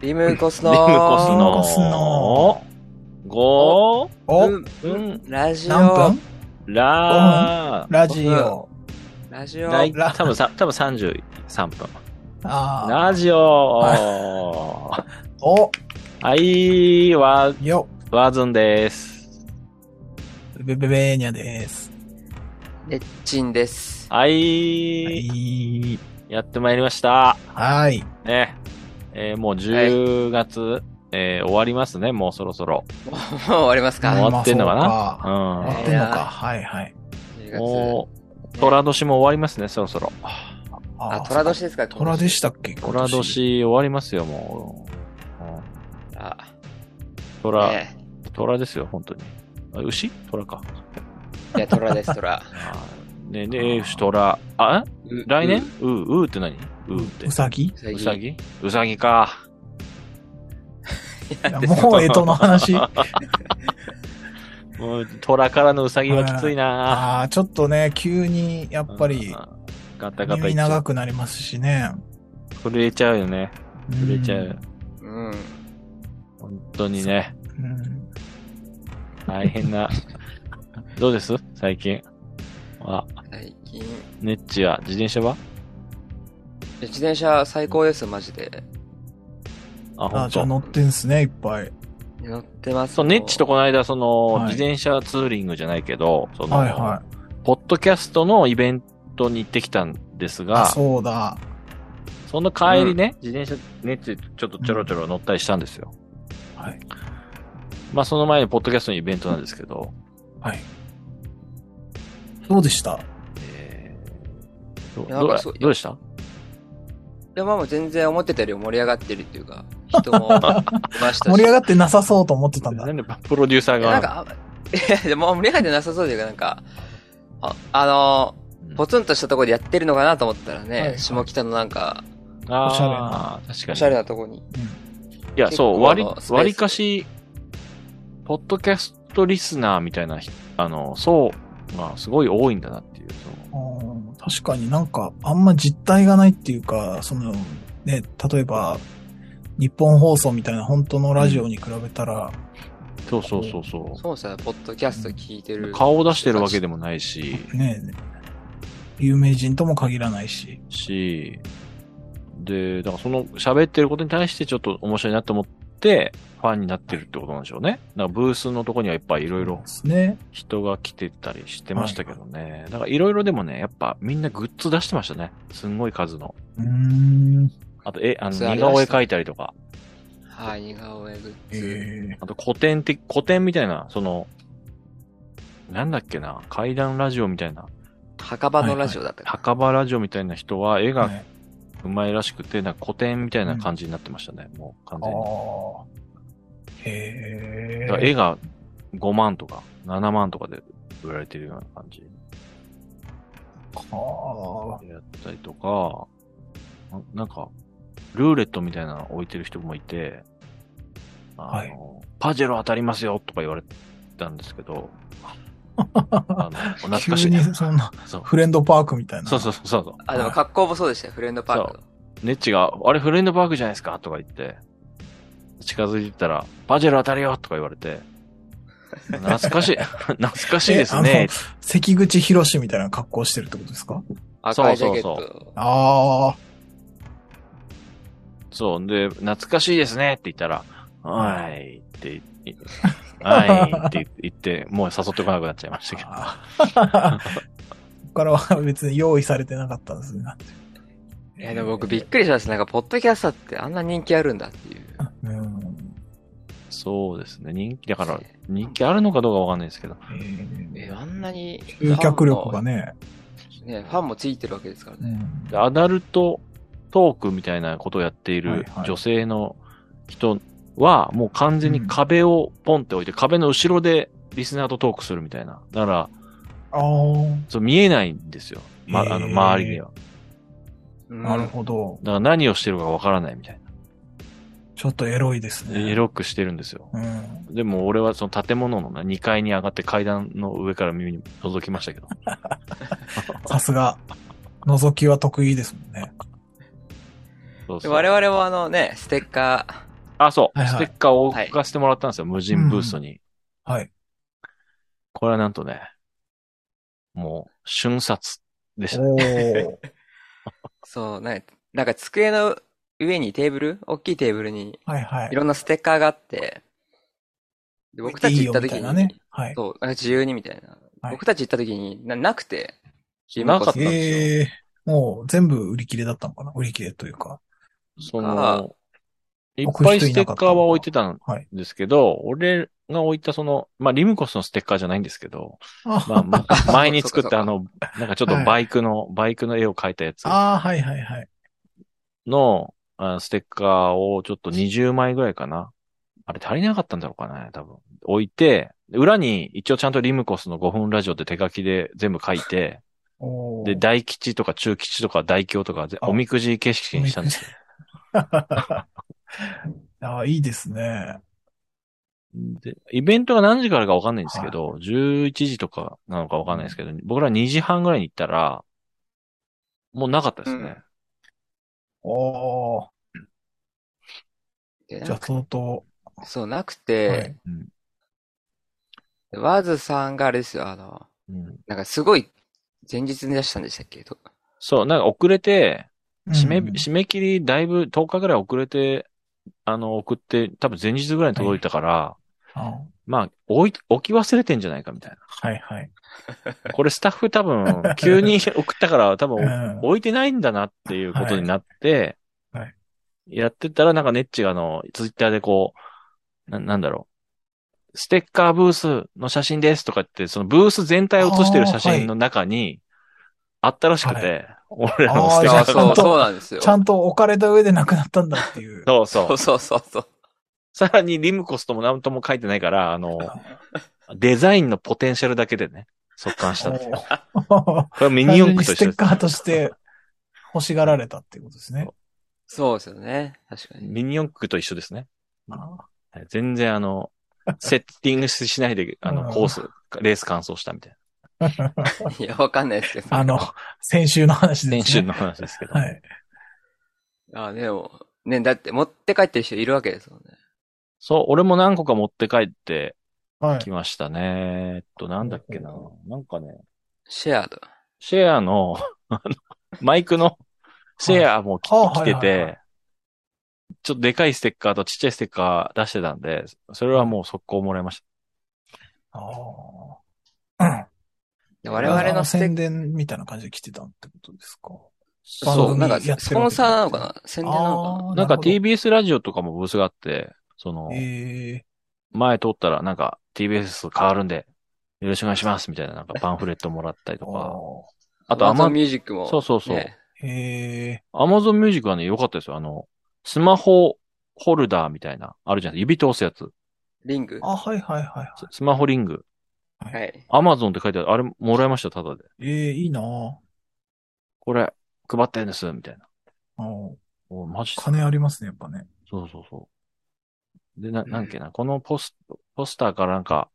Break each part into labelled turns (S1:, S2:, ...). S1: リムコス
S2: リ
S1: の
S2: ムコス
S3: リムコスの
S2: の、ご、
S3: お、
S1: うん
S2: うん、
S1: ラジ
S3: 何
S1: オ
S3: 分
S2: ら、
S3: ラジオ。
S1: ラジオ
S2: 大
S3: ラ
S2: 多分さ、多分33分。
S3: あ
S2: ラジオ
S3: ーお、
S2: はい、わ、
S3: よ、
S2: わずんです。
S3: ベベベーニャです。
S1: レッチンです。
S2: はい、
S3: はい。
S2: やってまいりました。
S3: はい。
S2: ね。えーもう10月、えー終わりますね、もうそろそろ。
S1: もう終わりますか
S2: 終わってんのかなう
S3: な終わ
S2: ん。
S3: ってんの
S1: いや
S3: か。はいはい。
S1: 10月
S2: もう、虎年も終わりますね、そろそろ。
S3: あ
S1: あ、虎年ですか
S3: 虎でしたっけ
S2: 虎年。終わりますよ、もう。うん
S1: あ、
S2: 虎、
S1: ね
S2: 虎ですよ、本当に。あ牛虎か。
S1: いや、虎です、虎。
S2: あーねえ、ねえ、牛虎。あ
S1: う
S2: 来年うううって何ううって
S3: う。さぎ
S1: う
S2: うさぎうさぎか。
S3: いやもうえと の話。
S2: もう、虎からのうさぎはきついな
S3: ああ、ちょっとね、急に、や
S2: や
S3: っぱり、。
S2: ガタガタ
S3: 耳
S2: いっちゃ
S3: 長
S2: う。
S3: くなりますしね。
S2: 震えちゃうよね。震えちゃ
S3: ん
S2: う。。
S1: うん。
S2: 本当にね。
S3: うん
S2: 大変 な。どうです最近。あ、
S1: 最近。
S2: ネッチは自転車は
S1: 自転車最高です、マジで。
S2: あ、
S3: あ、じゃあ
S2: 本当。
S3: 乗ってんすね、いっぱい。
S1: 乗ってます。
S2: そう、ネッチとこの間、その、
S3: はい
S2: 自転車ツーリングじゃないけど、その、
S3: はいはい。
S2: ポッドキャストのイベントに行ってきたんです
S3: あ、
S2: が、そ
S3: そうだ。
S2: の帰りね、自転車、ネッチちょっとちょろちょろ乗ったりしたんですよ。
S3: はい。
S2: まあ、その前にポッドキャストのイベントなんですけど、
S3: はい。どうでした
S2: えーど
S1: いやなん
S2: ど
S1: か
S2: う
S1: そう
S2: どうでした
S1: いや、まあもう全然思ってたより盛り上がってるっていうか、人もい ましたし。
S3: 盛り上がってなさそうと思ってたんだ
S2: な。んでプロデューサー
S1: いやなん
S2: が、
S1: か、あ いや、でも盛り上がってなさそうというか、なんか、ああの
S2: うん
S1: ー、ポツンとしたところでやってるのかなと思ったらね、
S3: はい
S1: 下北のなんか、
S2: あー
S3: おしゃれな
S2: 確か
S1: お
S2: に
S1: しゃ。れなとこに。
S2: いや、そ
S1: 結
S2: う、
S1: 構
S2: 割り
S1: あのスペー、ス
S2: 割りかし、ポッドキャストリスナーみたいな人、あの、層がすごい多いんだなっていう。その
S3: うん確かになんか、あんま実体がないっていうか、その、ね、例えば、日本放送みたいな本当のラジオに比べたら、
S2: そうそうそうそ
S1: そうさ、ポッドキャスト聞いて
S2: う。
S1: る。
S2: 顔を出してるわけでもないし、
S3: ね、有名人とも限らないし。
S2: し、で、だからその喋ってることに対してちょっと面白いなと思って、ファンになってるってことなんでしょうね。だからブースのとこにはいっぱいいろいろ
S3: ですね。
S2: 人が来てたりしてましたけどね。だからいろいろでもね、やっぱみんなグッズ出してましたね。すんごい数の。
S3: うーん。
S2: あと、え、あの、
S1: そうあ
S2: 似
S1: りました
S2: 顔絵描いたりとか。
S1: はい、似顔絵グッズ。
S3: え
S2: あと古典的、古典みたいな、その、なんだっけな、怪談ラジオみたいな、
S1: 墓場のラジオだったか
S2: 墓場ラジオみたいな人は絵
S3: ー
S2: が
S3: ね
S2: うまいらしくて、なんか古典みたいな感じになってましたね、もう完
S3: あ
S2: 全に。
S3: あ。へ
S2: だから
S3: え。
S2: 絵が5万とか7万とかで売られてるような感じ
S3: あ
S2: やったりとか、ななんか、ルーレットみたいなの置いてる人もいて、あの
S3: はい
S2: パジェロ当たりますよとか言われたんですけど、
S3: あ。
S2: あの、懐かし
S3: 急
S2: い。
S3: にそんな、
S2: そう
S3: フレンドパークみたいな。
S2: そうそうそうそう。
S1: ら。あ、でも格好もそうでしたよ、フレンドパークの。
S2: ネッチが、あれフレンドパークじゃないですかとか言って、近づいてったら、パジェロ当たるよとか言われて、懐か しい、懐かしいですね。
S3: 関口博士みたいな格好してるってことですか
S1: 赤いジャケット。
S2: そう
S3: ああ。
S2: そう、で、懐かしいですねって言ったら、はいって言って、はいって言って、もう誘ってこなくなっちゃいました けど。
S3: あーここからは別に用意されてなかったんですね。
S1: いや、でも僕びっくりしました。なんか、ポッドキャストってあんな人気あるんだっていう。
S3: うん。
S2: そうですね。人気、だから、人気あるのかどうかわかんないですけど。
S1: え、
S3: え
S1: あんなに。
S3: ー集客力がね。
S1: ね、ファンもついてるわけですから
S3: う
S1: ね。
S3: ん
S2: でアダルトトークみたいなことをやってい
S3: はい
S2: る
S3: はい
S2: 女性の人は、もう完全に壁をポンって置いて、壁の後ろでリスナーとトークするみたいな。だから、
S3: あー
S2: そう見えないんですよ。ま、あの、
S3: へー
S2: 周りには。
S1: うん
S3: なるほど。
S2: だから何をしてるかわからないみたい
S3: ちょっとエロいです
S2: な。
S3: ね。
S2: エロくしてるんですよ。
S3: うん。
S2: でも俺はその建物の2階に上がって階段の上から耳に届きましたけど。
S3: さすが。覗きは得意ですもんね。
S2: そう
S1: で
S2: そう
S1: 我々もあのね、ステッカ
S2: あ、そう。
S3: はいはい
S2: ステッカーを置かせてもらったんですよ。無人ブーストに。
S3: はい。
S2: これはなんとね、もう、瞬殺でしたね。
S3: おー。
S1: そう、なんかなんか机の上にテーブル、大きいテーブルに
S3: はいはいい。
S1: ろんなステッカーがあって、で僕たち
S3: い
S1: 行
S3: い
S1: っ
S3: よ
S1: た
S3: みた
S1: 時
S3: いな
S1: に、
S3: ね。はい。
S1: そう、なんか自由にみたいな。
S3: はい
S1: 僕たち行った時にななくて、
S2: なかったんですよ。
S3: ええもう全部売り切れだったのかな売り切れというか。
S2: そ
S1: あ
S2: の、いっぱいステッカーは置いてたん
S3: はい。
S2: ですけど、俺が置いたその、まあ、リムコスのステッカーじゃないんですけど、
S3: あ、
S2: まあ まあ、前に作っ
S1: そうかそうか
S2: たあの、なんかちょっとバイクの、バイクの絵を描いたやつ
S3: あー、はいはいはい。
S2: の、あステッカーをちょっと20枚ぐらいかな。あれ足りなかったんだろうかね、多分。置いて、裏に一応ちゃんとリムコスの5分ラジオって手書きで全部書いて、
S3: おー
S2: で、大吉とか中吉とか大凶とかぜ、
S3: あ
S2: おみくじ形式にしたんですよ。
S3: あーいいですね。
S2: で、イベントが何時からかわかんないんですけど、11時とかなのかわかんないですけど、僕ら2時半ぐらいに行ったら、もうなかったですね。
S3: おー
S1: で
S3: じゃあ相当。
S1: そう、なく
S3: は
S1: て
S3: い、
S1: でワズさんがあれですよ、あの、
S2: うん
S1: なんかすごい前日に出したんでしたっけと
S2: そう、なんか遅れて、締め、
S3: うん
S2: 締め切りだいぶ10日ぐらい遅れて、あの、送って、多分前日ぐらいに届いたから、
S3: あ
S2: まあ、置い、置き忘れてんじゃないかみたい
S3: はいはい。
S2: な。これスタッフ多 分、急に送ったから多
S3: う
S2: 分、
S3: ん
S2: 置いてないんだなっていうことになって、
S3: はいはい
S2: やってたらなんかネッチがあの、ツイッターでこう、な、なんだろう。ステッカーブースの写真ですとか言って、そのブース全体を写してる写真の中に、あったらしくて、俺らのス
S3: あ
S2: テッ
S3: じゃ
S2: カ
S3: あ
S1: あ
S2: ー
S3: ちゃ
S1: そ
S3: ん
S2: が
S1: う、
S3: と
S1: そうなんですよ。
S3: ちゃんと置かれた上でなくなったんだっ ていう。
S2: そうそう
S1: そう。そうそうそう。
S2: さらにリムコスとも何とも書いてないから、あの、デザインのポテンシャルだけでね、速乾したんですよ。
S3: おー
S2: これ はミニ四駆と一
S3: ス
S2: 緒
S3: テ
S2: で
S3: ッ
S2: す。
S3: カーとして欲しがられたっていうことですね。
S1: そうですよね。確かに。
S2: ミニ四駆と一緒ですね。
S3: あー
S2: はい全然あの、セッティングしない で、あ
S3: う
S2: の、
S3: ん
S2: コース、レース完走したみたい
S1: いや、わかんないですけど。
S3: あの、先週の話
S2: な。
S3: で
S2: 練
S3: す
S2: 習
S3: ね。
S2: の話ですけど。
S3: はい。
S1: あ、でも、ね、だって持って帰ってる人いるわけですもんね。
S2: そう、俺も何個か持って帰って
S3: はい。
S2: きましたね。えっと、なんだっけな。なんかね、
S1: シェアと。
S2: シェアの、 あのマイクのシェアもき
S3: はい
S2: 来
S3: あ
S2: て
S3: はいはいは
S2: て、ちょっとでかいステッカーとちっちゃいステッカー出してたんで、それはもう速攻もらいました。
S3: あー
S1: で我々のステ
S3: 宣
S1: ッ
S3: 伝みたいな感じで来てたってことですか。
S1: カー、
S3: 番
S1: そう、
S3: 組
S1: なんか
S3: やってるわけじゃな、くて
S1: スポンサーなのかな宣伝なの
S3: あー
S2: なんか
S3: なるほど
S2: TBS ラジオとかもブースがあって、その、
S3: ええ
S2: 前通ったらなんか TBS 変わるんで、よろしくお願いしますみたいななんかパンフレットもらったりと か、あ
S1: か
S2: と
S1: な
S2: ア
S1: アマ
S2: マ
S1: ゾン、ミュージックも。
S2: そうそうそう
S1: ね
S3: ええ
S2: アマゾンミュージックはね、良かったですよ。あの、スマホホルダーみたいな、あるじゃない指通すやつ。
S1: リング。
S3: あ、はいはいはいはい。
S2: ススマホリング。
S1: はい。
S2: アマゾンって書いてある。あれもらいました、ただで。
S3: ええいいなぁ
S2: これ、配ってるんです、みたいな。
S3: うん
S2: おマジっす
S3: 金ありますね、やっぱね。
S2: そうそうそう。で、な、なんけな、このポス、ポスターからなんか、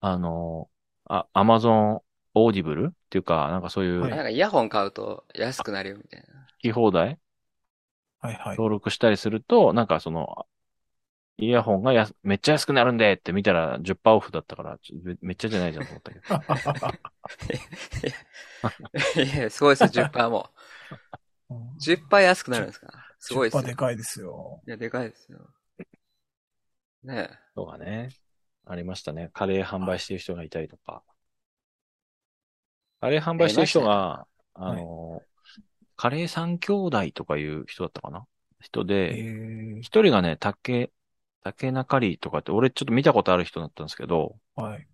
S2: あの、あ、アマゾンオーディブルっていうか、なんかそういう
S3: は
S1: ない
S2: 聞
S1: んかイヤホン買うと安くなるよみたいな。
S2: き放題
S3: はいはい。
S2: 登録したりすると、なんかその、イヤホンがやすめっちゃ安くなるんでって見たら10%オフだったから、ちょめめっちゃじゃないじゃんと思ったけど。
S1: いや、すごいですよ、10%も。10%安 くなるんですかすごいです
S3: 10%
S1: よ
S3: で。かいですよ。
S1: いや、でかいですよ。ねえ。
S2: そうかね。ありましたね。カレー販売してる人がいたりとか。カレー販売してる人が、あ
S3: ましたね
S2: の、カレー三兄弟とかいう人だったかな人
S3: え
S2: で、
S3: え
S2: 一人がね、竹、竹中里とかって、俺ちょっと見たことある人だったんですけど、
S3: はい。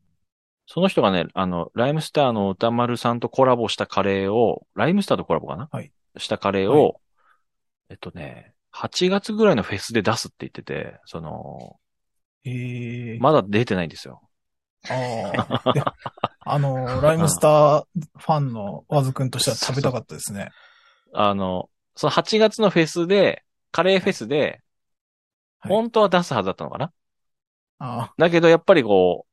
S2: その人がね、あの、ライムスターの歌丸さんとコラボしたカレーを、ライムスターとコラボかな
S3: はい
S2: したカレーを、
S3: は
S2: えっとね、8月ぐらいのフェスで出すって言ってて、その、
S3: ええ
S2: まだ出てないんですよ。
S3: ああ。であの、ライムスターファンの和津くんとしては食べたかったですね。
S2: あの、その8月のフェスで、カレーフェスで、
S3: はい
S2: 本当は出すはずだったのかな、
S3: あ
S2: だけどやっぱりこ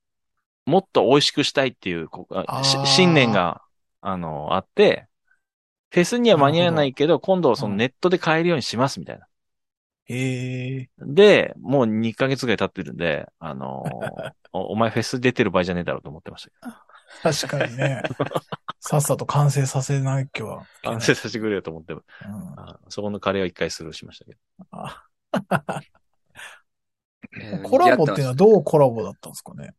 S2: う、もっと美味しくしたいっていう、こうあし
S3: あー
S2: 信念が、あの、あって、フェスには間に合わないけど、今度そのネットで買えるようにしますみたいな。
S3: へえ。
S2: で、もう2ヶ月ぐらい経ってるんで、あ のーお、お前フェス出てる場合じゃねえだろうと思ってましたけど。
S3: 確かにね。さっさと完成させなきゃいけない。
S2: 完成させてくれよと思って、
S3: うん
S2: あそこのカレーは一回スルーしましたけど。
S3: あ
S1: えー
S3: コラボっていうのはどうコラボだったんですかね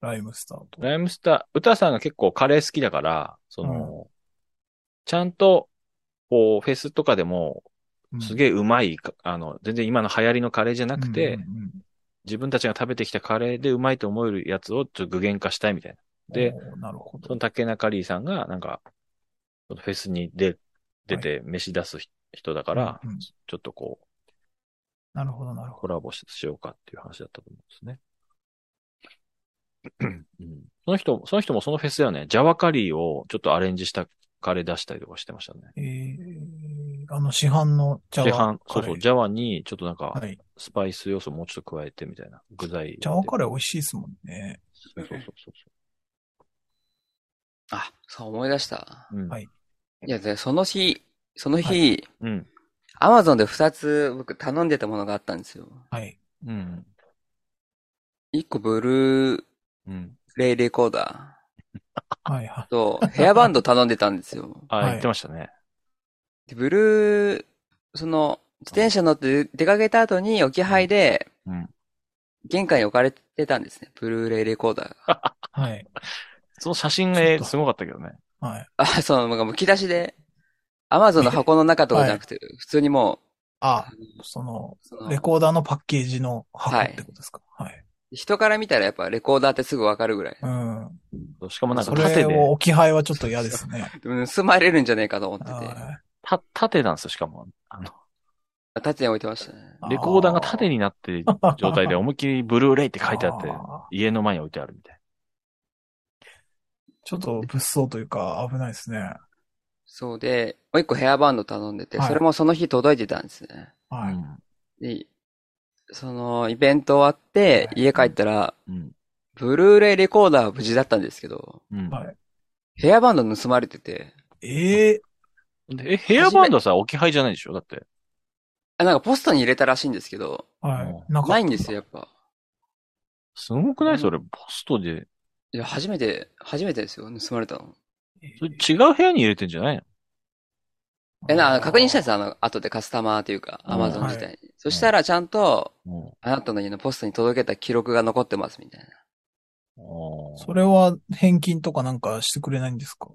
S3: ライムスターと。
S2: ライムスター、歌さんが結構カレー好きだから、その、ちゃんと、こう、フェスとかでも、す
S3: え
S2: げえうまいか、あの、全然今の流行りのカレーじゃなくて、自分たちが食べてきたカレーでうまいと思えるやつをちょっと具現化したいみたいな。で、
S3: おーなるほ
S2: そ
S3: ど
S2: の。竹中リーさんが、なんか、そのフェスに出、出て飯出す人人だから、
S3: うんうん
S2: ちょっとこう、
S3: なるほど、なるほ
S2: コラボししようかっていう話だったと思うん ですね。うん、その人、その人もそのフェスではね、ジャワカリーをちょっとアレンジしたカレー出したりとかしてましたね。
S3: ど。えー、あの、市販のジャワ
S2: 市販、そうそう、ジ
S3: ャ
S2: ャワにちょっとなんか、
S3: はい。
S2: スパイス要素もうちょっと加えてみたいな具材。
S3: ジャワカ
S2: レ
S3: レー美味しいですもんね。
S2: ーそうそうそうそ
S1: あ、そう思い出した。
S2: う。うん。
S3: はい
S1: いや、で、その日、その
S3: は
S1: 日、
S2: うん。
S1: アマゾンで2つ僕頼んでたものがあったんですよ。
S3: はい。
S2: うん。
S1: 1個ブルー
S2: うん。
S1: レイレコーダ
S3: はい、は
S1: ーとヘアバンド頼んでたんですよ。
S2: あ、
S3: はい
S2: 言ってましたね。
S1: でブルー、その、自転車乗って出かけた後に置き配で
S2: うん、
S1: 玄関に置かれてたんですね。ブルーレイレコーダーが。
S3: い。はい。
S2: その写真
S3: ちょっ
S2: が
S3: と
S2: すごかったけどね。
S3: はい。
S1: あ、そう、なんかもう、むき出しで、アマゾンの箱の中とかじゃなくて、普通にも
S3: あ、その、
S1: う、その
S3: レコーダーのパッケージの箱
S1: はい
S3: ってことですか。はい。
S1: 人から見たらやっぱレコーダーってすぐわかるぐらい。
S3: うん。
S2: しかもなんか
S3: そ
S2: 縦
S3: れを
S2: で、
S3: 置き配はちょっと嫌ですね。
S1: うん盗まれるんじゃねえかと思ってて。
S3: は
S2: た、縦なんですよ、しかも。あの、
S1: 縦に置いてましたね。
S3: い
S2: レコーダーが縦になってる状態で思いっきりブルーレイって書いてあって
S3: あ、ー
S2: 家の前に置いてあるみたいな。
S3: ちょっと物騒というか危ないですね。
S1: そうで、もう一個ヘアバンド頼んでて、
S3: はい
S1: それもその日届いてたんですね。
S3: はい。
S1: で、そのイベント終わって
S3: は、い
S1: 家帰ったら、
S2: うん。
S1: ブルーレイレコーダーは無事だったんですけど、
S2: うん。
S3: はい
S1: ヘアバンド盗まれてて、
S3: ええ
S2: でえ、ヘアバンドさ、置き配じゃないでしょだって。
S1: あ、なんかポストに入れたらしいんですけど、
S3: は
S2: う
S3: い。な
S1: ないんですよ、やっぱ。
S2: すごくないそれ、ポストで。
S1: いや、初めて、初めてですよ、盗まれたの。
S2: それ違う部屋に入れてんじゃないの
S1: え、な、あの確認したんですよ、あの、後でカスタマーというか、
S2: うん
S1: アマゾン自体に。そしたら、ちゃんと、
S2: うん
S1: あなたの家のポストに届けた記録が残ってます、みたいな。
S2: あー。
S3: それは返金とかなんかしてくれないんですか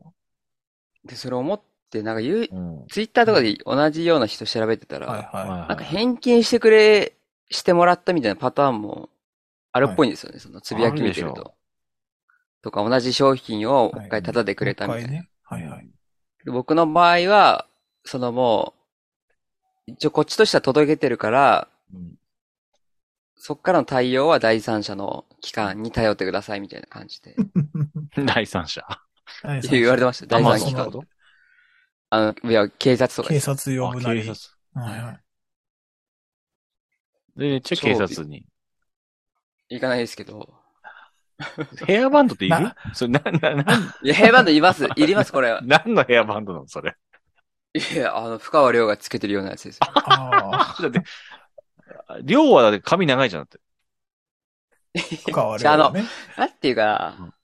S1: で、それ思って、なんか言う、
S2: うん。
S1: ツイッターとかで同じような人調べてたら、
S3: はいは
S1: なんか
S2: は
S1: 返金してくれ、してもらったみたいなパターンもあるっぽいんですよね。そのつぶやき見て
S2: あ
S1: る
S2: るでし
S1: と。とか同じ商品をもう一
S3: は
S1: 回
S3: い
S1: タダで
S3: い。
S1: くれたみたいな。
S3: ね。はいはい。
S1: で僕の場合は、そのもう、一応こっちとしては届けてるから、
S2: うん
S1: そっからの対応は第三者の機関に頼ってくださいみたいな感じで
S2: 第三者。
S1: 言われて
S3: ま
S1: ました。第三
S3: あまあ
S1: 機
S3: そうな
S1: 関
S3: ん
S1: と。あの、いや、警察とかで
S3: 警
S1: す。
S3: 察呼ぶな
S2: あ警
S3: り。
S2: 察。
S3: はいはい。
S2: で、めっちゃ警察に。
S1: 行かないですけど。
S2: ヘアバンドっている
S3: な
S2: それ、な、な、な、
S1: いや、ヘアバンドいます。いります、これ。い
S2: 何のヘアバンドなのそ れ。
S1: や、あの、深川亮がつけてるようなやつですよ。
S3: ああ、
S2: だって、量はだって髪長いじゃんだって。
S3: 深われ
S1: じゃああの
S3: ね。
S1: なんていうか
S2: うん
S1: な、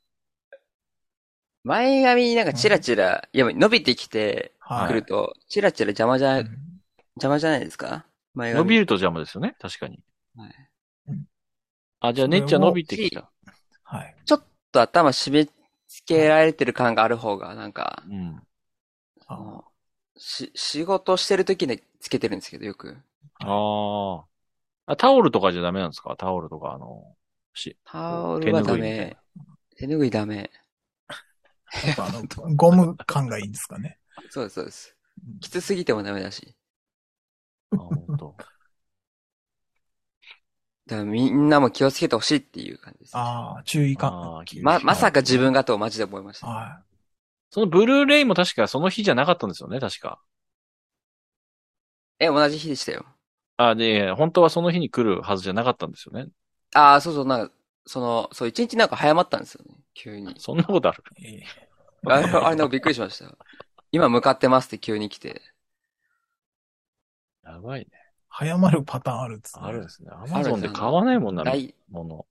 S1: 前髪になんかチラチラ、いや、伸びてきて
S3: は
S1: くる
S3: い。
S1: と、チラチラ邪魔じゃ、
S3: うん
S1: 邪魔じゃないですか前髪。
S2: 伸びると邪魔ですよね確かに
S1: はい。
S2: あ、じゃあ、
S3: それ
S2: ね
S3: を
S2: っちゃん伸びてきた。
S3: はい。
S1: ちょっと頭締め付けられてる感がある方が、なんか、
S2: うん。
S1: あ
S3: あー
S1: のし、仕事してる時につけてるんですけど、よく。
S2: ああ。あ、タオルとかじゃダメなんですかタオルとか、あの、し、
S1: タオルはダ
S2: 手拭いみたい
S1: メ。手拭いダメ。
S3: やっぱあの、ゴム感がいいんですかね。
S1: そうです、そうです
S3: うん。
S1: きつすぎてもダメだし。
S2: あ、本当。
S1: だからみんなも気をつけてほしいっていう感じですね。
S3: ああ、注意感。
S2: あー
S1: ま、まさか自分がとマジで思いました。
S3: は
S2: そのブルーレイも確かその日じゃなかったんですよね、確か。
S1: え、同じ日でしたよ。
S2: あ、で、本当はその日に来るはずじゃなかったんですよね。
S1: ああ、そうそう、なんか、その、そう、一日なんか早まったんですよね、急に。
S2: そんなことある。
S3: い。ええ
S1: あれ、あれなんかびっくりしました。今向かってますって急に来て。
S2: やばいね。
S3: 早まるパターンあるっつって
S2: あるんですね。ア
S1: る
S2: マゾンで買わないもんな
S1: な
S2: の
S1: い。
S2: もの。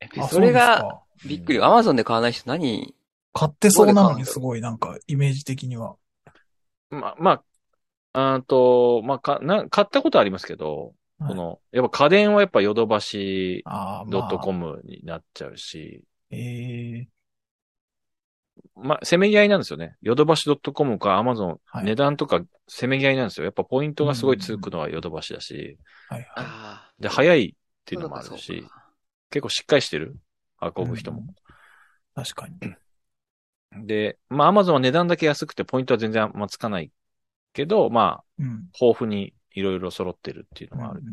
S1: え
S3: あ
S1: それ
S3: うです
S1: が
S3: か
S1: びっくり。アマゾンで買わない人何
S3: 買ってそうなのにすごいなんかイメージ的には。
S2: まあ、まあ、あーと、まあ、か、な、買ったことありますけど、
S3: はい
S2: この、やっぱ家電はやっぱヨドバシ
S3: ああ、ま
S2: ド
S3: あ。
S2: ットコムになっちゃうし、
S3: ええ
S2: まあ、せめぎ合いなんですよね。ヨドバシドットコムかアマゾン、
S3: はい
S2: 値段とかせめぎ合いなんですよ。やっぱポイントがすごいつくのはヨドバシだし、
S3: はいはい。
S1: ああ。
S2: で、早いっ
S1: って
S2: いうのもあるし、。結構しっかりしてる運ぶ人も。
S3: うん。確かに。
S2: で、まあ、アマゾンは値段だけ安くて、ポイントは全然あんまつかないけど、まあ、
S3: うん。
S2: 豊富にいろいろ揃ってるっていうのがある。
S3: うん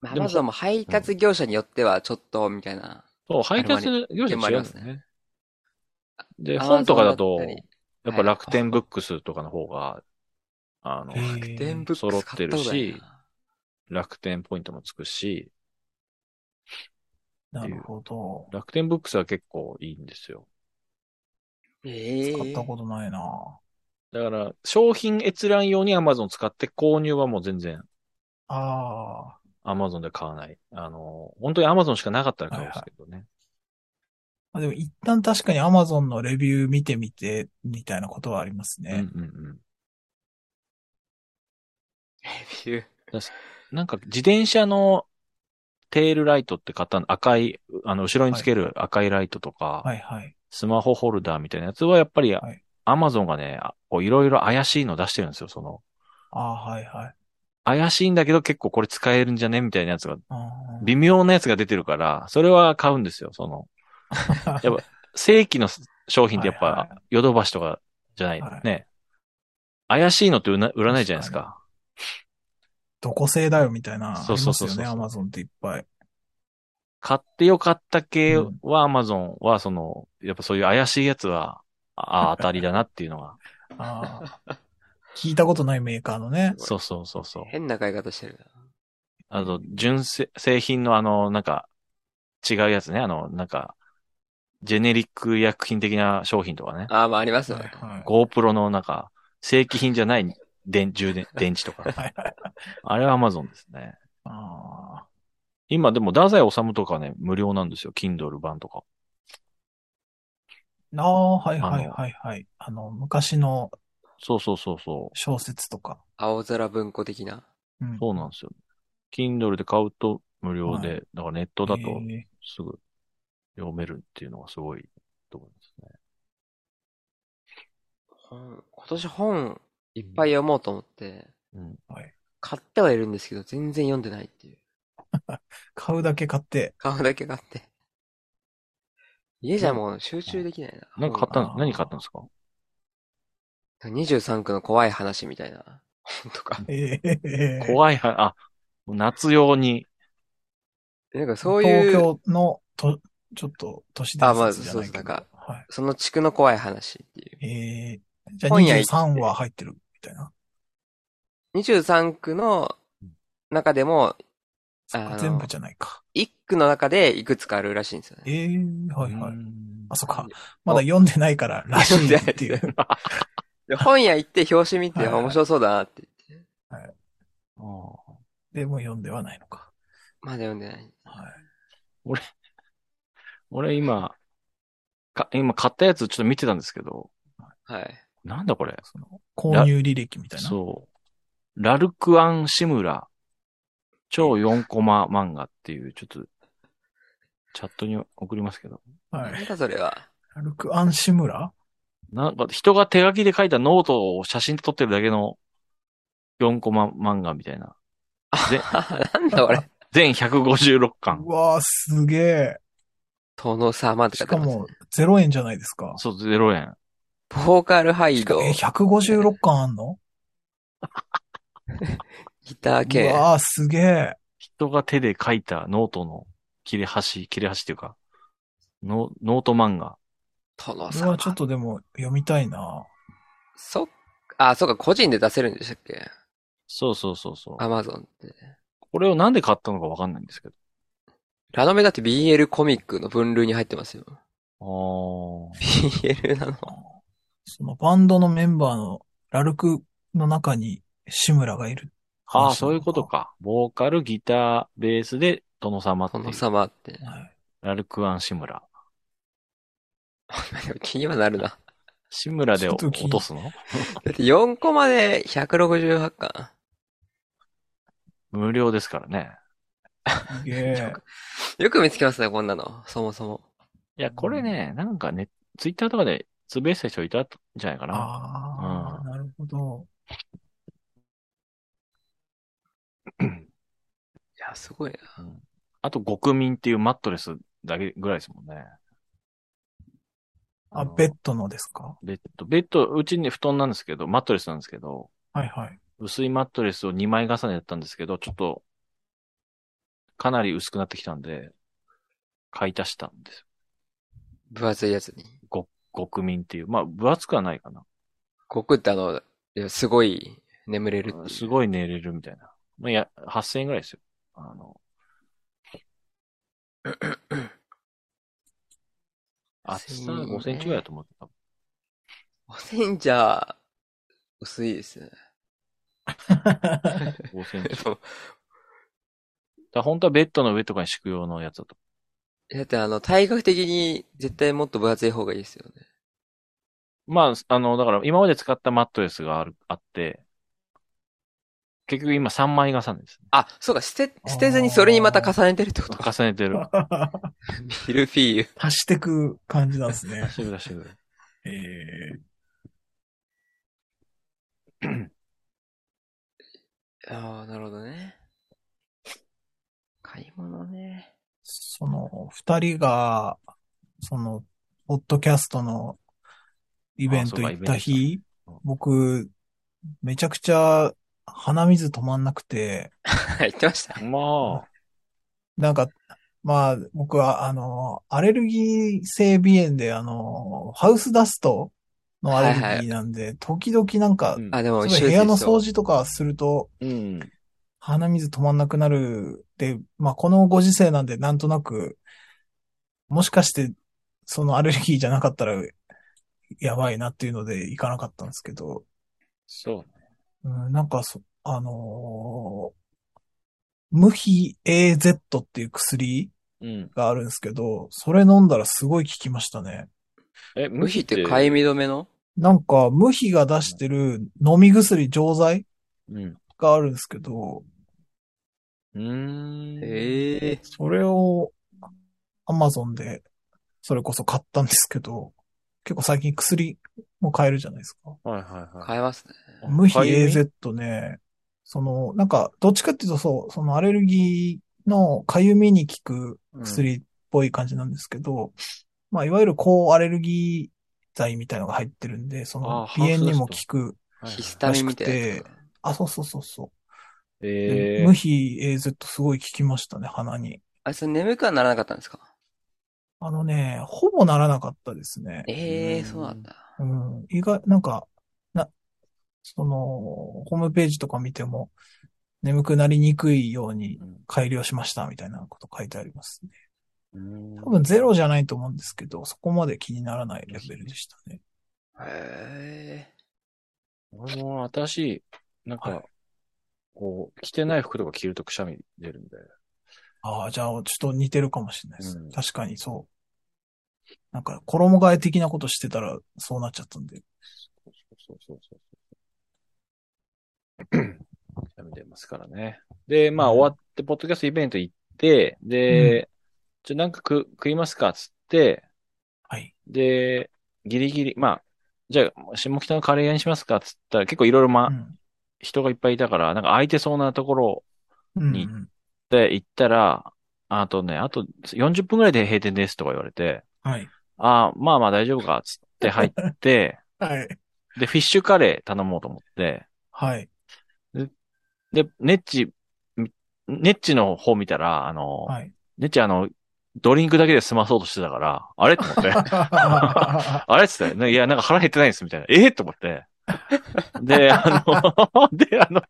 S1: まあ、ア
S2: でも
S1: マゾンも配達業者によってはちょっと、みたいな。
S2: そう、配達業者違うんだよ
S1: でもあ
S2: ね。で、
S1: Amazon
S2: 本とかだと、
S1: ったり
S2: やっぱ楽天ブックスとかの方が、あの、
S3: へえ
S1: 電ブックス買ったことないな
S2: 楽天ポイントもつくし、
S3: なるほど。
S2: 楽天ブックスは結構いいんですよ。
S1: ええ
S3: 使ったことないな。
S2: だから、商品閲覧用に Amazon 使って購入はもう全然
S3: あ
S2: Amazon で買わない。あの、本当に Amazon しかなかったら買うんですけどね。
S3: あ。でも一旦確かに Amazon のレビュー見てみて、みたいなことはありますね。
S2: うんうんうん。
S1: レビュー。
S2: なんか自転車のテールライトって買ったの赤い、あの、後ろにつける赤いライトとか、
S3: はいはい。
S2: スマホホルダーみたいなやつはやっぱり
S3: はい
S2: Amazon がね、あこういろいろ怪しいの出してるんですよ、その。
S3: ああ、はいはい。
S2: 怪しいんだけど結構これ使えるんじゃねみたいなやつが、
S3: あ
S2: 微妙なやつが出てるから、それは買うんですよ、そ の。
S3: あ
S2: やっぱ、正規の商品ってやっ
S3: はいは
S2: ぱ
S3: い、
S2: ヨドバシとかじゃない、
S3: はい
S2: ね。怪しいのって売ら売らないじゃないですか。
S3: どこ製だよみたいな。あ
S2: そう
S3: り
S2: そう
S3: ます
S2: そう
S3: よ
S2: そう
S3: ね、Amazon っていっぱい。
S2: 買ってよかった系
S3: うん
S2: は Amazon は、その、やっぱそういう怪しいやつは、ああ、当たりだなっていうの が。
S3: ああ。 聞いたことないメーカーのね。
S2: そうそうそうそう。
S1: 変な買い方してるな。
S2: あと、純正製品のあの、なんか、違うやつね。あの、なんか、ジェネリック医薬品的な商品とかね。
S1: ああ、まあありますよ
S3: はい
S1: ね。
S3: はい。
S2: GoPro のなんか、正規品じゃない電、充 電、電池とか。
S3: はいはい。
S2: あれは Amazon ですね。
S3: ああ。
S2: 今でも、ダザイ治とかね、無料なんですよ。Kindle 版とか。
S3: ああ、はいはいはいはい。あの、昔の
S2: そうそうそうそう。
S3: 小説とか。
S1: 青空文庫的な。
S3: うん。
S2: そうなんですよ。Kindle で買うと無料で、
S3: は
S2: だからネットだと
S3: ええ
S2: すぐ読めるっていうのがすごいと思いますね。
S1: 本今年本いっぱい読もうと思って、
S2: うん。
S1: 買ってはいるんですけど、全然読んでないっていう。
S3: 買うだけ買って。
S1: 買うだけ買って。家じゃもう集中できないな。
S2: なんか買った
S3: あ
S2: ん、
S3: ー
S2: 何買ったんですか
S1: 本が23区の怖い話みたいな。 本とか。
S3: ええ
S2: 怖いは、あ、夏用に。
S1: なんかそうい
S3: 東
S1: う、
S3: 京のと、ちょっと都市伝説じゃ
S1: あ
S3: ない
S1: まあそうそうなんか
S3: は
S1: その地区の怖い話っていう。
S3: い。ええじゃあ
S1: 本屋行って
S3: 23話入ってるみたいな。
S1: 23区の中でも、
S3: そっ
S1: あ
S3: か
S1: の
S3: 全部じゃないか。
S1: 1区の中でいくつかあるらしいんですよね。
S3: ええはいは
S2: う
S3: い。
S2: ん
S3: あ、そっか。まだ読んでないから、らしいってい
S1: 読んで
S3: う。
S1: で本屋行って表紙見て、
S3: はい
S1: あ
S3: はい
S1: 面白そうだなって。
S2: あー
S3: でも読んではないのか。
S1: まだ読んでない。
S3: はい。
S2: 俺今、か、今買ったやつちょっと見てたんですけど、
S1: はい。
S2: なんだこれ。
S3: その、購入履歴みたいな。
S2: そう。ラルクアン・シムラ、超4コマ漫画っていう、ちょっと、チャットに送りますけど。
S3: は。
S1: ないんだそれは。
S3: ラルク・アンシムラ
S2: なんか、人が手書きで書いたノートを写真で撮ってるだけの4コマ漫画みたいな。 ぜ
S1: なんだ これ。
S2: 全156巻
S3: う。わー、すげえ。
S1: 殿様って書い
S3: し
S1: て
S3: か
S1: ます。
S3: も、0円じゃないですか。
S2: そう、0円。
S1: ボーカルハイド、
S3: え、156巻あんの
S1: ギター
S3: う
S1: 系。
S3: わー、すげえ。
S2: 人が手で書いたノートの切れ端、切れ端っていうか、ノノート漫画。
S1: 殿
S3: うわ
S1: 様。
S3: ちょっとでも読みたいな。
S1: そっあ、そうか、個人で出せるんでしたっけ
S2: そうそうそうそう。
S1: アマゾンって。
S2: これをなんで買ったのかわかんないんですけど。
S1: ラノベだって BL コミックの分類に入ってますよ。
S2: あー
S1: BL なの。
S3: そのバンドのメンバーのラルクの中に志村がいる。
S2: ああ、そういうことか。ボーカル、ギター、ベースで、殿様ってい
S1: そうの様って。
S3: はい
S2: ラルクアン志村。
S1: 気にはなるな。
S2: 志村で
S3: ちょっと気
S2: 落とすの
S1: だって4コマで168巻。
S2: 無料ですからね。
S3: すげ え。
S1: よく見つけますね、こんなの。そもそも。
S2: いや、これね、なんかね、ツイッターとかでつぶやいてた人いたんじゃないかな。
S3: ああ、なるほど。
S1: いや、すごいな。
S2: あと、極民っていうマットレスだけぐらいですもんね。
S3: あ、ベッドのですか
S2: ベッド、ベッド、うちに布団なんですけど、マットレスなんですけど、
S3: はいはい。
S2: 薄いマットレスを2枚重ねだったんですけど、ちょっと、かなり薄くなってきたんで、買い足したんです
S1: 分厚いやつに。
S2: よ。極民っていう。まあ、分厚くはないかな。
S1: 極ってあの、いやすごい眠れるっていう。
S2: す
S1: い。
S2: ごい寝れるみたいな。まあ、いや、8000円ぐらいですよ。あの、厚さ5センチぐらいだと思った。
S1: センチャー、薄いですね。
S2: 5センチ。だか
S1: そう
S2: ら本当はベッドの上とかに敷く用のやつだと。
S1: だってあの、体格的に絶対もっと分厚い方がいいですよね。
S2: まあ、あの、だから今まで使ったマットレスがある、あって、結局今3枚重ねですね。
S1: あ、そうか、捨て、捨てずにそれにまた重ねてるってことか。
S2: 重ねてる。
S1: ミルフィーユ。
S3: 足してく感じなんです ね。
S2: してくれしてくれ
S3: え
S1: ああ、なるほどね。買い物 ね。
S3: その、二人が、その、ポッドキャストのイベント行った
S2: あそうかイ
S3: 日
S2: トうん、
S3: 僕、めちゃくちゃ鼻水止まんなくて、
S1: 言ってました。
S2: まあ、
S3: なんか、まあ、僕は、あの、アレルギー性鼻炎で、あの、ハウスダストのアレルギーなんで、時々なんか、
S2: うん
S1: あ、でも
S3: す
S1: 一
S3: ごい
S1: 緒
S3: 部
S1: です
S3: 屋の
S1: 除。
S3: 掃除とかすると、
S2: うん。
S3: 鼻水止まんなくなる。で、まあ、このご時世なんで、なんとなく、もしかして、そのアレルギーじゃなかったら、やばいなっていうので行かなかったんですけど、
S2: そう。
S3: うん、なんかそ、あのー無比 AZ っていう薬
S2: うん。
S3: があるんですけど、それ飲んだらすごい効きましたね。
S2: え、
S1: 無比ってかゆみ止めの
S3: なんか、無比が出してる飲み薬、錠剤
S2: うん。
S3: があるんですけど、
S2: うーん。
S1: ええ
S3: それを、アマゾンで、それこそ買ったんですけど、結構最近薬も買えるじゃないですか。
S2: はいはいはい。
S1: 買えますね。
S3: 無比
S2: かゆみ
S3: AZ ね、その、なんか、どっちかっていうとそう、そのアレルギーのかゆみに効く薬っぽい感じなんですけど、まあ、いわゆる抗アレルギー剤みたいのが入ってるんで、そ
S2: あ
S3: の、
S2: ハウスダス
S3: 鼻
S2: ト
S3: 炎にも効く。
S2: はい
S1: ヒスタミンみたいなやつかな。
S3: あ、そうそうそうそ
S2: え
S3: う。
S2: え
S3: で無比 AZ すごい効きましたね、鼻に。
S1: あ、それ眠くはならなかったんですか
S3: あのね、ほぼならなかったですね。
S1: ええ
S2: うん
S1: そうなんだ。
S3: うん、意外、なんか、な、その、ホームページとか見ても、眠くなりにくいように
S2: うん
S3: 改良しましたみたいなこと書いてありますね。
S2: うん
S3: 多分ゼロじゃないと思うんですけど、そこまで気にならないレベルでしたね。
S1: へえ。
S2: 俺も新しい、なんか、
S3: はい
S2: こう、着てない服とか着るとくしゃみ出るんで。
S3: ああ、じゃあちょっと似てるかもしれないです。
S2: うん
S3: 確かにそう。なんか、衣替え的なことしてたらそうなっちゃったんで。
S2: そうそうそうそう。 くしゃみ出ますからね。で、まあ終わって、ポッドキャストイベント行って、で、ちょ、なんか食食いますかっつって、
S3: はい。
S2: で、ギリギリ、まあ、じゃあ、下北のカレー屋にしますかっつったら、結構いろいろま、
S3: うん
S2: 人がいっぱいいたから、なんか空いてそうなところ
S3: うん
S2: に
S3: うん。
S2: で行ったら、あとね、あと40分ぐらいで閉店ですとか言われて、
S3: はい。
S2: ああ、まあまあ大丈夫かっつって入って、
S3: はい。
S2: で、フィッシュカレー頼もうと思って、
S3: はい。
S2: で、ネッチ、ネッチの方見たら、あの、
S3: はい。
S2: ネッチあの、ドリンクだけで済まそうとしてたから、あれと思って、あれっつって、ねいや、なんか腹減ってないです、みたいな。ええと思って。で、あの、 で、あの、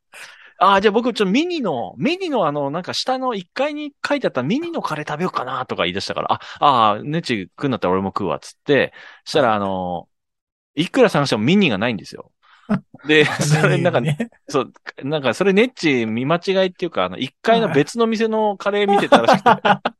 S2: あーじゃあ僕、ちょ、ミニの、ミニのあの、なんか下の1階に書いてあったミニのカレー食べようかなとか言い出したから、あ、あー、ネッチ 食うんだったら俺も食うわ、つって、したら、あの、いくら探してもミニがないんですよ。で、それなんか、
S3: ね。
S2: そう、なんかそれネッチ見間違いっていうか、あの、一階の別の店のカレー見てたらしく て、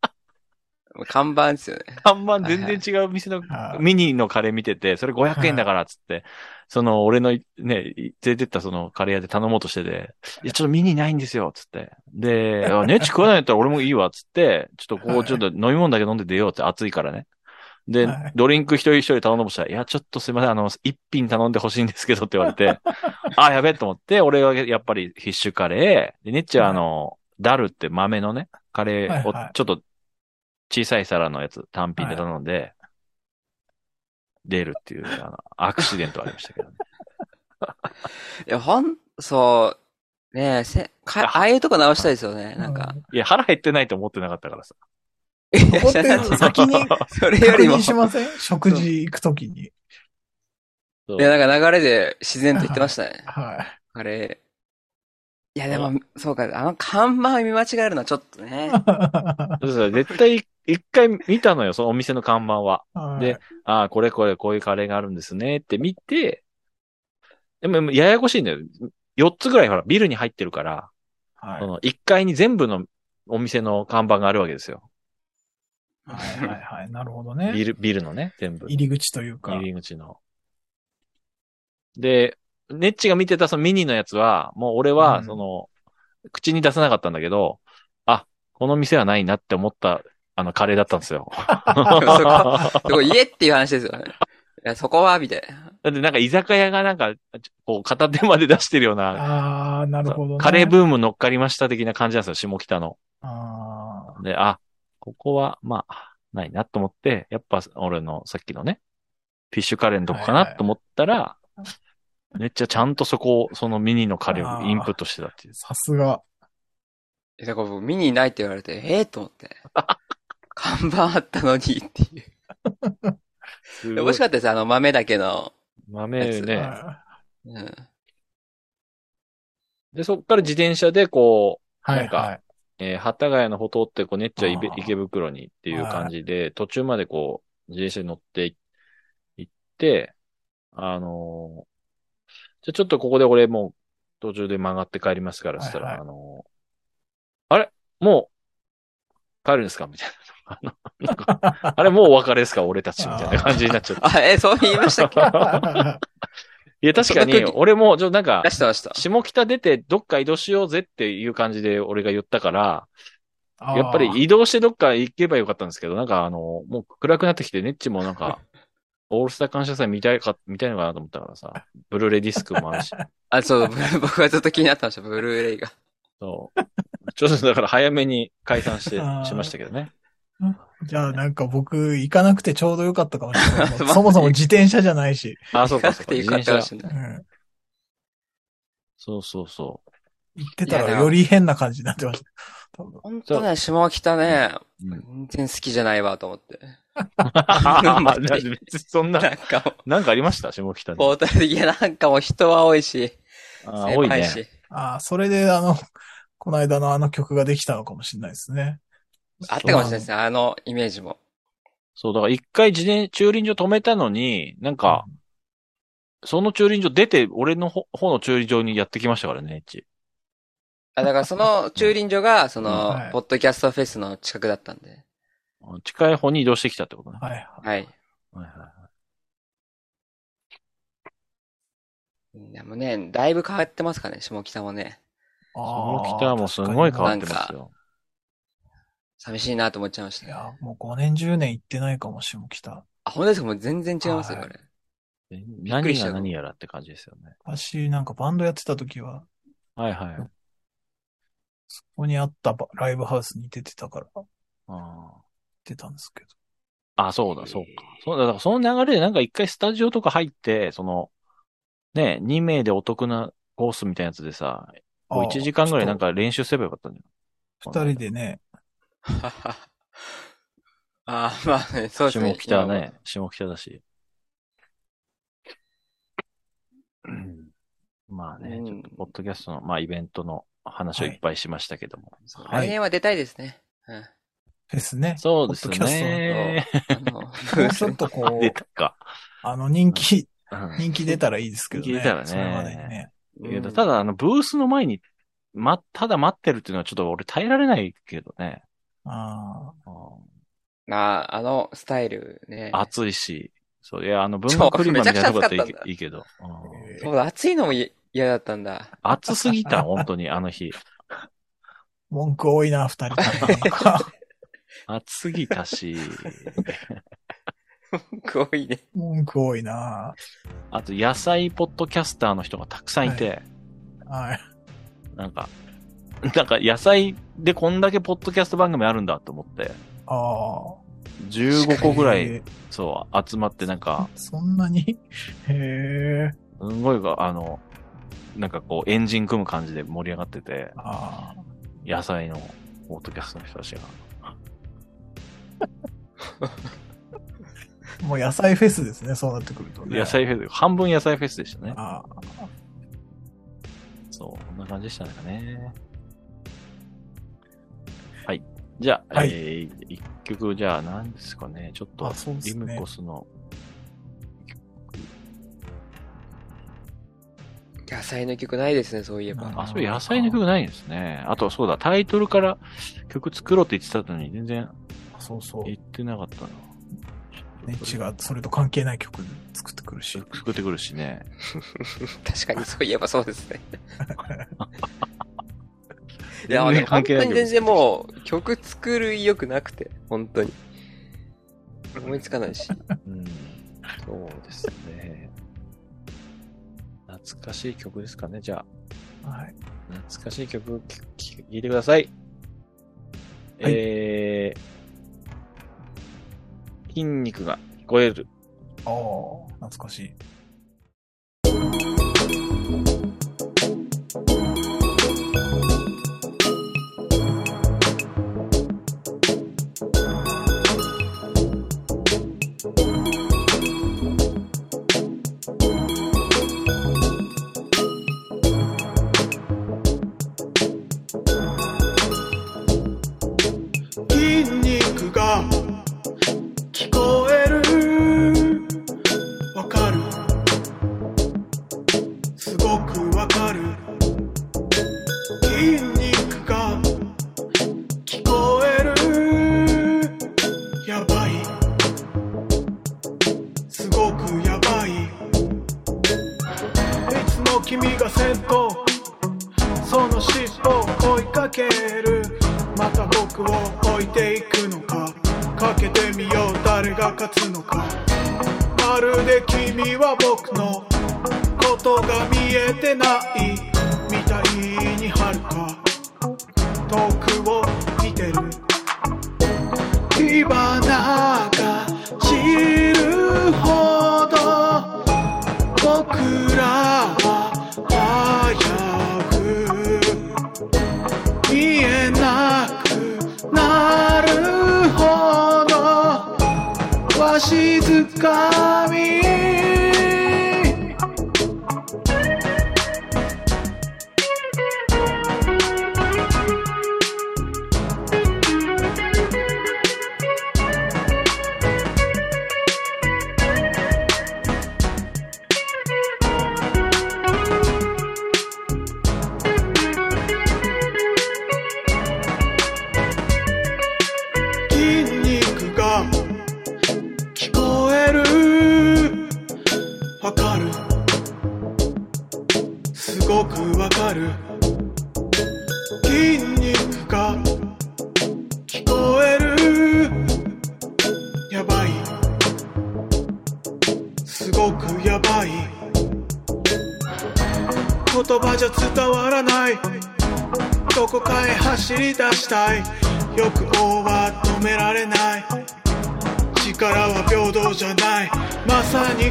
S1: 看板ですよね。
S2: 看板全然違う店の
S3: はい
S2: ミニのカレー見てて、それ500円だからっつって、その俺のね、連れてったそのカレー屋で頼もうとしてて、いや、ちょっとミニないんですよ、つって。で、あネッチ食わないんだったら俺もいいわ、つって、ちょっとこ
S3: は
S2: う、
S3: い
S2: ちょっと飲み物だけ飲んで出ようって、暑いからね。で
S3: はい、
S2: ドリンク一人一人頼んでもしたら、いや、ちょっとすいません、あの、一品頼んでほしいんですけどって言われて、あ、やべえと思って、俺はやっぱりフィッシュカレー、で、ネッチはあの、ダルって豆のね、カレーを
S3: はいはい
S2: ちょっと小さい皿のやつ単品で頼んで、出るっていう、あの、アクシデントありましたけどね。
S1: いや、ほん、そう、ねえ、せ、か、ああいうとこ直したいですよね、なんか。
S2: いや、腹減ってないと思ってなかったからさ。
S1: い
S3: うん。
S1: や
S3: そこっ
S1: 知らない
S3: て先 に
S1: それよ
S3: 確
S1: りも、
S3: 認
S1: い
S3: しません食事行くときに。
S2: そう
S1: や、なんか流れで自然と言ってました ね。
S3: は
S1: あれ。いや、でも、そうか、あの看板見間違えるのはちょっと ね。
S3: い。
S2: そうそう絶対一回見たのよ、そのお店の看板は。で、ああ、これこれこういうカレーがあるんですねって見て、でもでもややこしいんだよ。4つぐらいほら、ビルに入ってるから、
S3: はい
S2: その1階に全部のお店の看板があるわけですよ。
S3: はいはいはい。なるほど
S2: ビ
S3: ね。
S2: ル、ビルのね、全部。
S3: 入り口というか。
S2: 入り口の。で、ネッチが見てたそのミニのやつは、もう俺
S3: う
S2: は、
S3: ん
S2: その、口に出さなかったんだけど、あ、この店はないなって思った、あの、カレーだったんです よ。
S1: そこ、家っていう話ですよね。いや、そこは、みたいな。
S2: だってなんか居酒屋がなんか、こう片手まで出してるような、
S3: ああ、なるほどね。
S2: カレーブーム乗っかりました的な感じなんですよ、下北の。
S3: あ
S2: で、あ、ここは、まあ、ないなと思って、やっぱ俺のさっきのね、フィッシュカレーのとこか
S3: はいは
S2: ないと思ったら、めっちゃちゃんとそこを、そのミニのカレーをインプットしてたっていう
S3: ー。さすが。
S1: え、だから僕、見にないって言われて、ええと思 って。看板あったのに、っていう。
S2: す
S1: で
S2: ごい
S1: 美味しかったです、あの豆だけの。
S2: 豆
S1: ええ
S2: ね。
S3: は
S1: うん。
S2: で、そっから自転車でこう、
S3: い
S2: なんか
S3: はい。
S2: えー、幡ヶ谷の歩通って、こう、ねっちゃいべ
S3: あー
S2: 池袋にっていう感じで、途中までこう、自転車に乗ってい行って、あのーじゃあちょっとここで俺もう、途中で曲がって帰りますから、そしたら、
S3: はいは
S2: あのーあれもう、帰るんですかみたいな。 あのなんかあれもうお別れですか俺たちみたいな感じになっ ちゃって。
S1: あ、え、そう言いましたっ け
S2: いや、確か
S1: そ
S2: に
S1: の、時
S2: 俺も、ちょっとなんか
S1: 出、してました。
S2: 下北出てどっか移動しようぜっていう感じで俺が言ったから、
S3: あー
S2: やっぱり移動してどっか行けばよかったんですけど、なんかあの、もう暗くなってきて、ネッチもなん か、オールスター感謝祭見たいか、見たいのかなと思ったからさ、ブルーレイディスクもあ るし、
S1: あ、そう、ブル ー僕はずっと気になってました、ブルーレイが。。
S2: そう。ちょっとだから早めに解散して、しましたけどね。
S3: じゃあなんか僕行かなくてちょうどよかったかもしれない
S1: すまん
S3: そもそも自転車じゃないし。
S2: あ、そうか、
S1: な
S2: そ
S1: く
S2: うか、
S1: てよ
S2: 自
S1: かった
S2: 転
S1: ら
S2: 車。
S1: しいん
S3: う
S1: だ
S3: ん。。行
S2: そうそ うそう。
S3: ってたらより変な感じになってました。多分
S1: 本当ね、下北ね、
S2: うん
S1: 全然好きじゃないわ、と思って。
S2: あ別にそん
S1: な
S2: な、
S1: んかもう、
S2: なんかありました下北 に。
S1: ポータルで、いや、なんかもう人は多いし、
S2: あ多い
S1: 狭い
S2: ね。
S1: し。
S3: ああ、それであの、この間のあの曲ができたのかもしれないですね。
S1: あったかもしれないですね、あのイメージも。
S2: そう、だから一回自転、駐輪場止めたのに、なんか、その駐輪場出て、俺の方方の駐輪場にやってきましたからね、ネッチ。
S1: あ、だからその駐輪場が、その
S3: はい、
S1: ポッドキャストフェスの近くだったんで。
S2: 近い方に移動してきたってことね。
S3: はいはい。
S1: はい。
S2: はいはいはい
S1: でもね、だいぶ変わってますかね、下北もね。
S3: あー
S2: 下北もすごい変わって
S1: 確
S2: ま
S1: か
S2: すよ。
S1: 寂しいなと思っちゃいました
S3: い
S1: ね。
S3: や、もう5年10年行ってないかもしれん、北。
S1: あ、本当ですかもう全然違いますよ、
S3: は
S1: こ
S3: い
S1: れ。
S2: え
S1: っくり
S2: 何
S1: した
S2: が何やらって感じですよね。
S3: 私、なんかバンドやってた時は、
S2: はいはい。
S3: そこにあったばライブハウスに出てたから、行っ
S2: あ
S3: てたんですけど。
S2: ーあ、そうだ、そうか。そうだ、だからその流れでなんか一回スタジオとか入って、その、ね、2名でお得なコースみたいなやつでさ、こう1時間ぐらいなん
S3: か。
S2: か練習すればよかったんじゃない
S3: 二人でね、
S1: あーまあね、そうですね。
S2: 下北ね、下北だし。うんまあね、
S1: うん
S2: ちょっと、ポッドキャストの、まあ、イベントの話をいっぱいしましたけども。
S1: そう
S3: はい
S1: 来年は出たいですね。うん
S3: フェスね。
S2: そうです
S3: ポッドキャ
S2: ね。
S1: あの
S3: もうちょっと こ
S2: 出
S3: う、
S2: たか。
S3: あの人気、
S2: うん
S4: 人気出たらいいですけどね。
S2: 人気出たらね
S4: それまでにね。
S2: いやただ、あの、ブースの前に、ま、ただ待ってるっていうのはちょっと俺耐えられないけどね。
S4: あ
S1: ああ、あのスタイルね。
S2: 暑いし。そう、いや、あの、文
S1: そう
S2: 学クリマみたいなとこだったらい
S1: めちゃくちゃ暑かったんだ
S2: いいいけど。うん
S4: ー
S1: そうだ、暑いのもい嫌だったんだ。
S2: 暑すぎた、本当に、あの日。
S4: 文句多いな、二人 ともなんか。
S2: 暑すぎた し、
S1: すごいね。
S4: 文句多いな。
S2: あと野菜ポッドキャスターの人がたくさんいて、
S4: はい。
S2: なんか、なんか野菜でこんだけポッドキャスト番組あるんだと思って、
S4: ああ。
S2: 15個ぐら
S4: へ
S2: い、
S4: ー。
S2: そう、集まってなんか、
S4: そんなにへえ。
S2: すごいが、あの、なんかこうエンジン組む感じで盛り上がってて、
S4: ああ。
S2: 野菜のポッドキャストの人たちが。
S4: もう野菜フェスですね、そうなってくるとね。
S2: 野。菜フェス、半分野菜フェスでしたね。
S4: あ
S2: そう、こんな感じでしたね。はい。じゃあ、
S4: はい
S2: えー一曲、じゃあ何ですかね。ちょっ
S4: あ。
S2: と
S4: あ、、そうで
S2: リ
S4: す
S2: ム
S4: ね
S2: コ。スの、
S1: 野菜の曲ないですね、そういえば。
S2: あ、そういう野菜の曲ないんですね。あと、そうだ、タイトルから曲作ろうって言ってたのに、全然
S4: そうそう。
S2: 言ってなかったな。
S4: ネッチがそれと関係ない曲作ってくるし。
S2: 作ってくるしね。
S1: 確かにそういえばそうですね。いや、
S2: 全
S1: 俺本
S2: 然関
S1: 当
S2: 係ない
S1: に全然もう曲作る意欲なくて、本当に。思いつかないし。
S2: うん。そうですね。懐かしい曲ですかね。じゃあ、
S4: はい。
S2: 懐かしい曲きき聴いてください。
S4: はい
S2: えー、筋肉が聞こえる。
S4: ああ、懐かしい。
S3: 筋肉が聞こえるわかるすごくわかる筋肉が聞こえるやばいすごくやばいいつも君が先頭その尻尾を追いかけるまた僕を置いていくのかかけてみよう誰が勝つのかまるで君は僕のことが見えてないみたいにはるか遠くを見てる火花が散るほど僕らは早く見えなくなるほどわしづかみ筋肉が聞こえるわかるすごくわかる筋肉が聞こえるやばいすごくやばい言葉じゃ伝わらないどこかへ走り出したい欲望は止められない力は平等じゃないまさに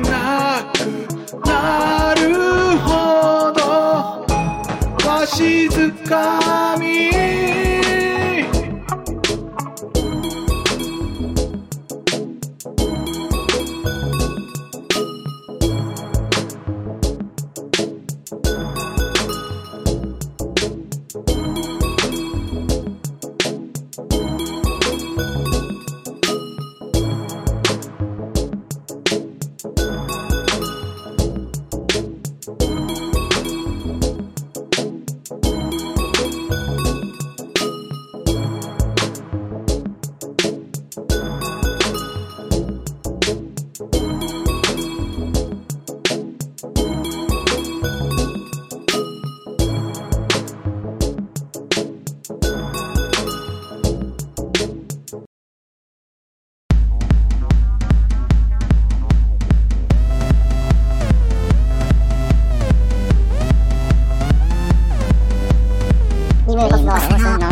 S3: なくなるほどわしづかみ
S5: の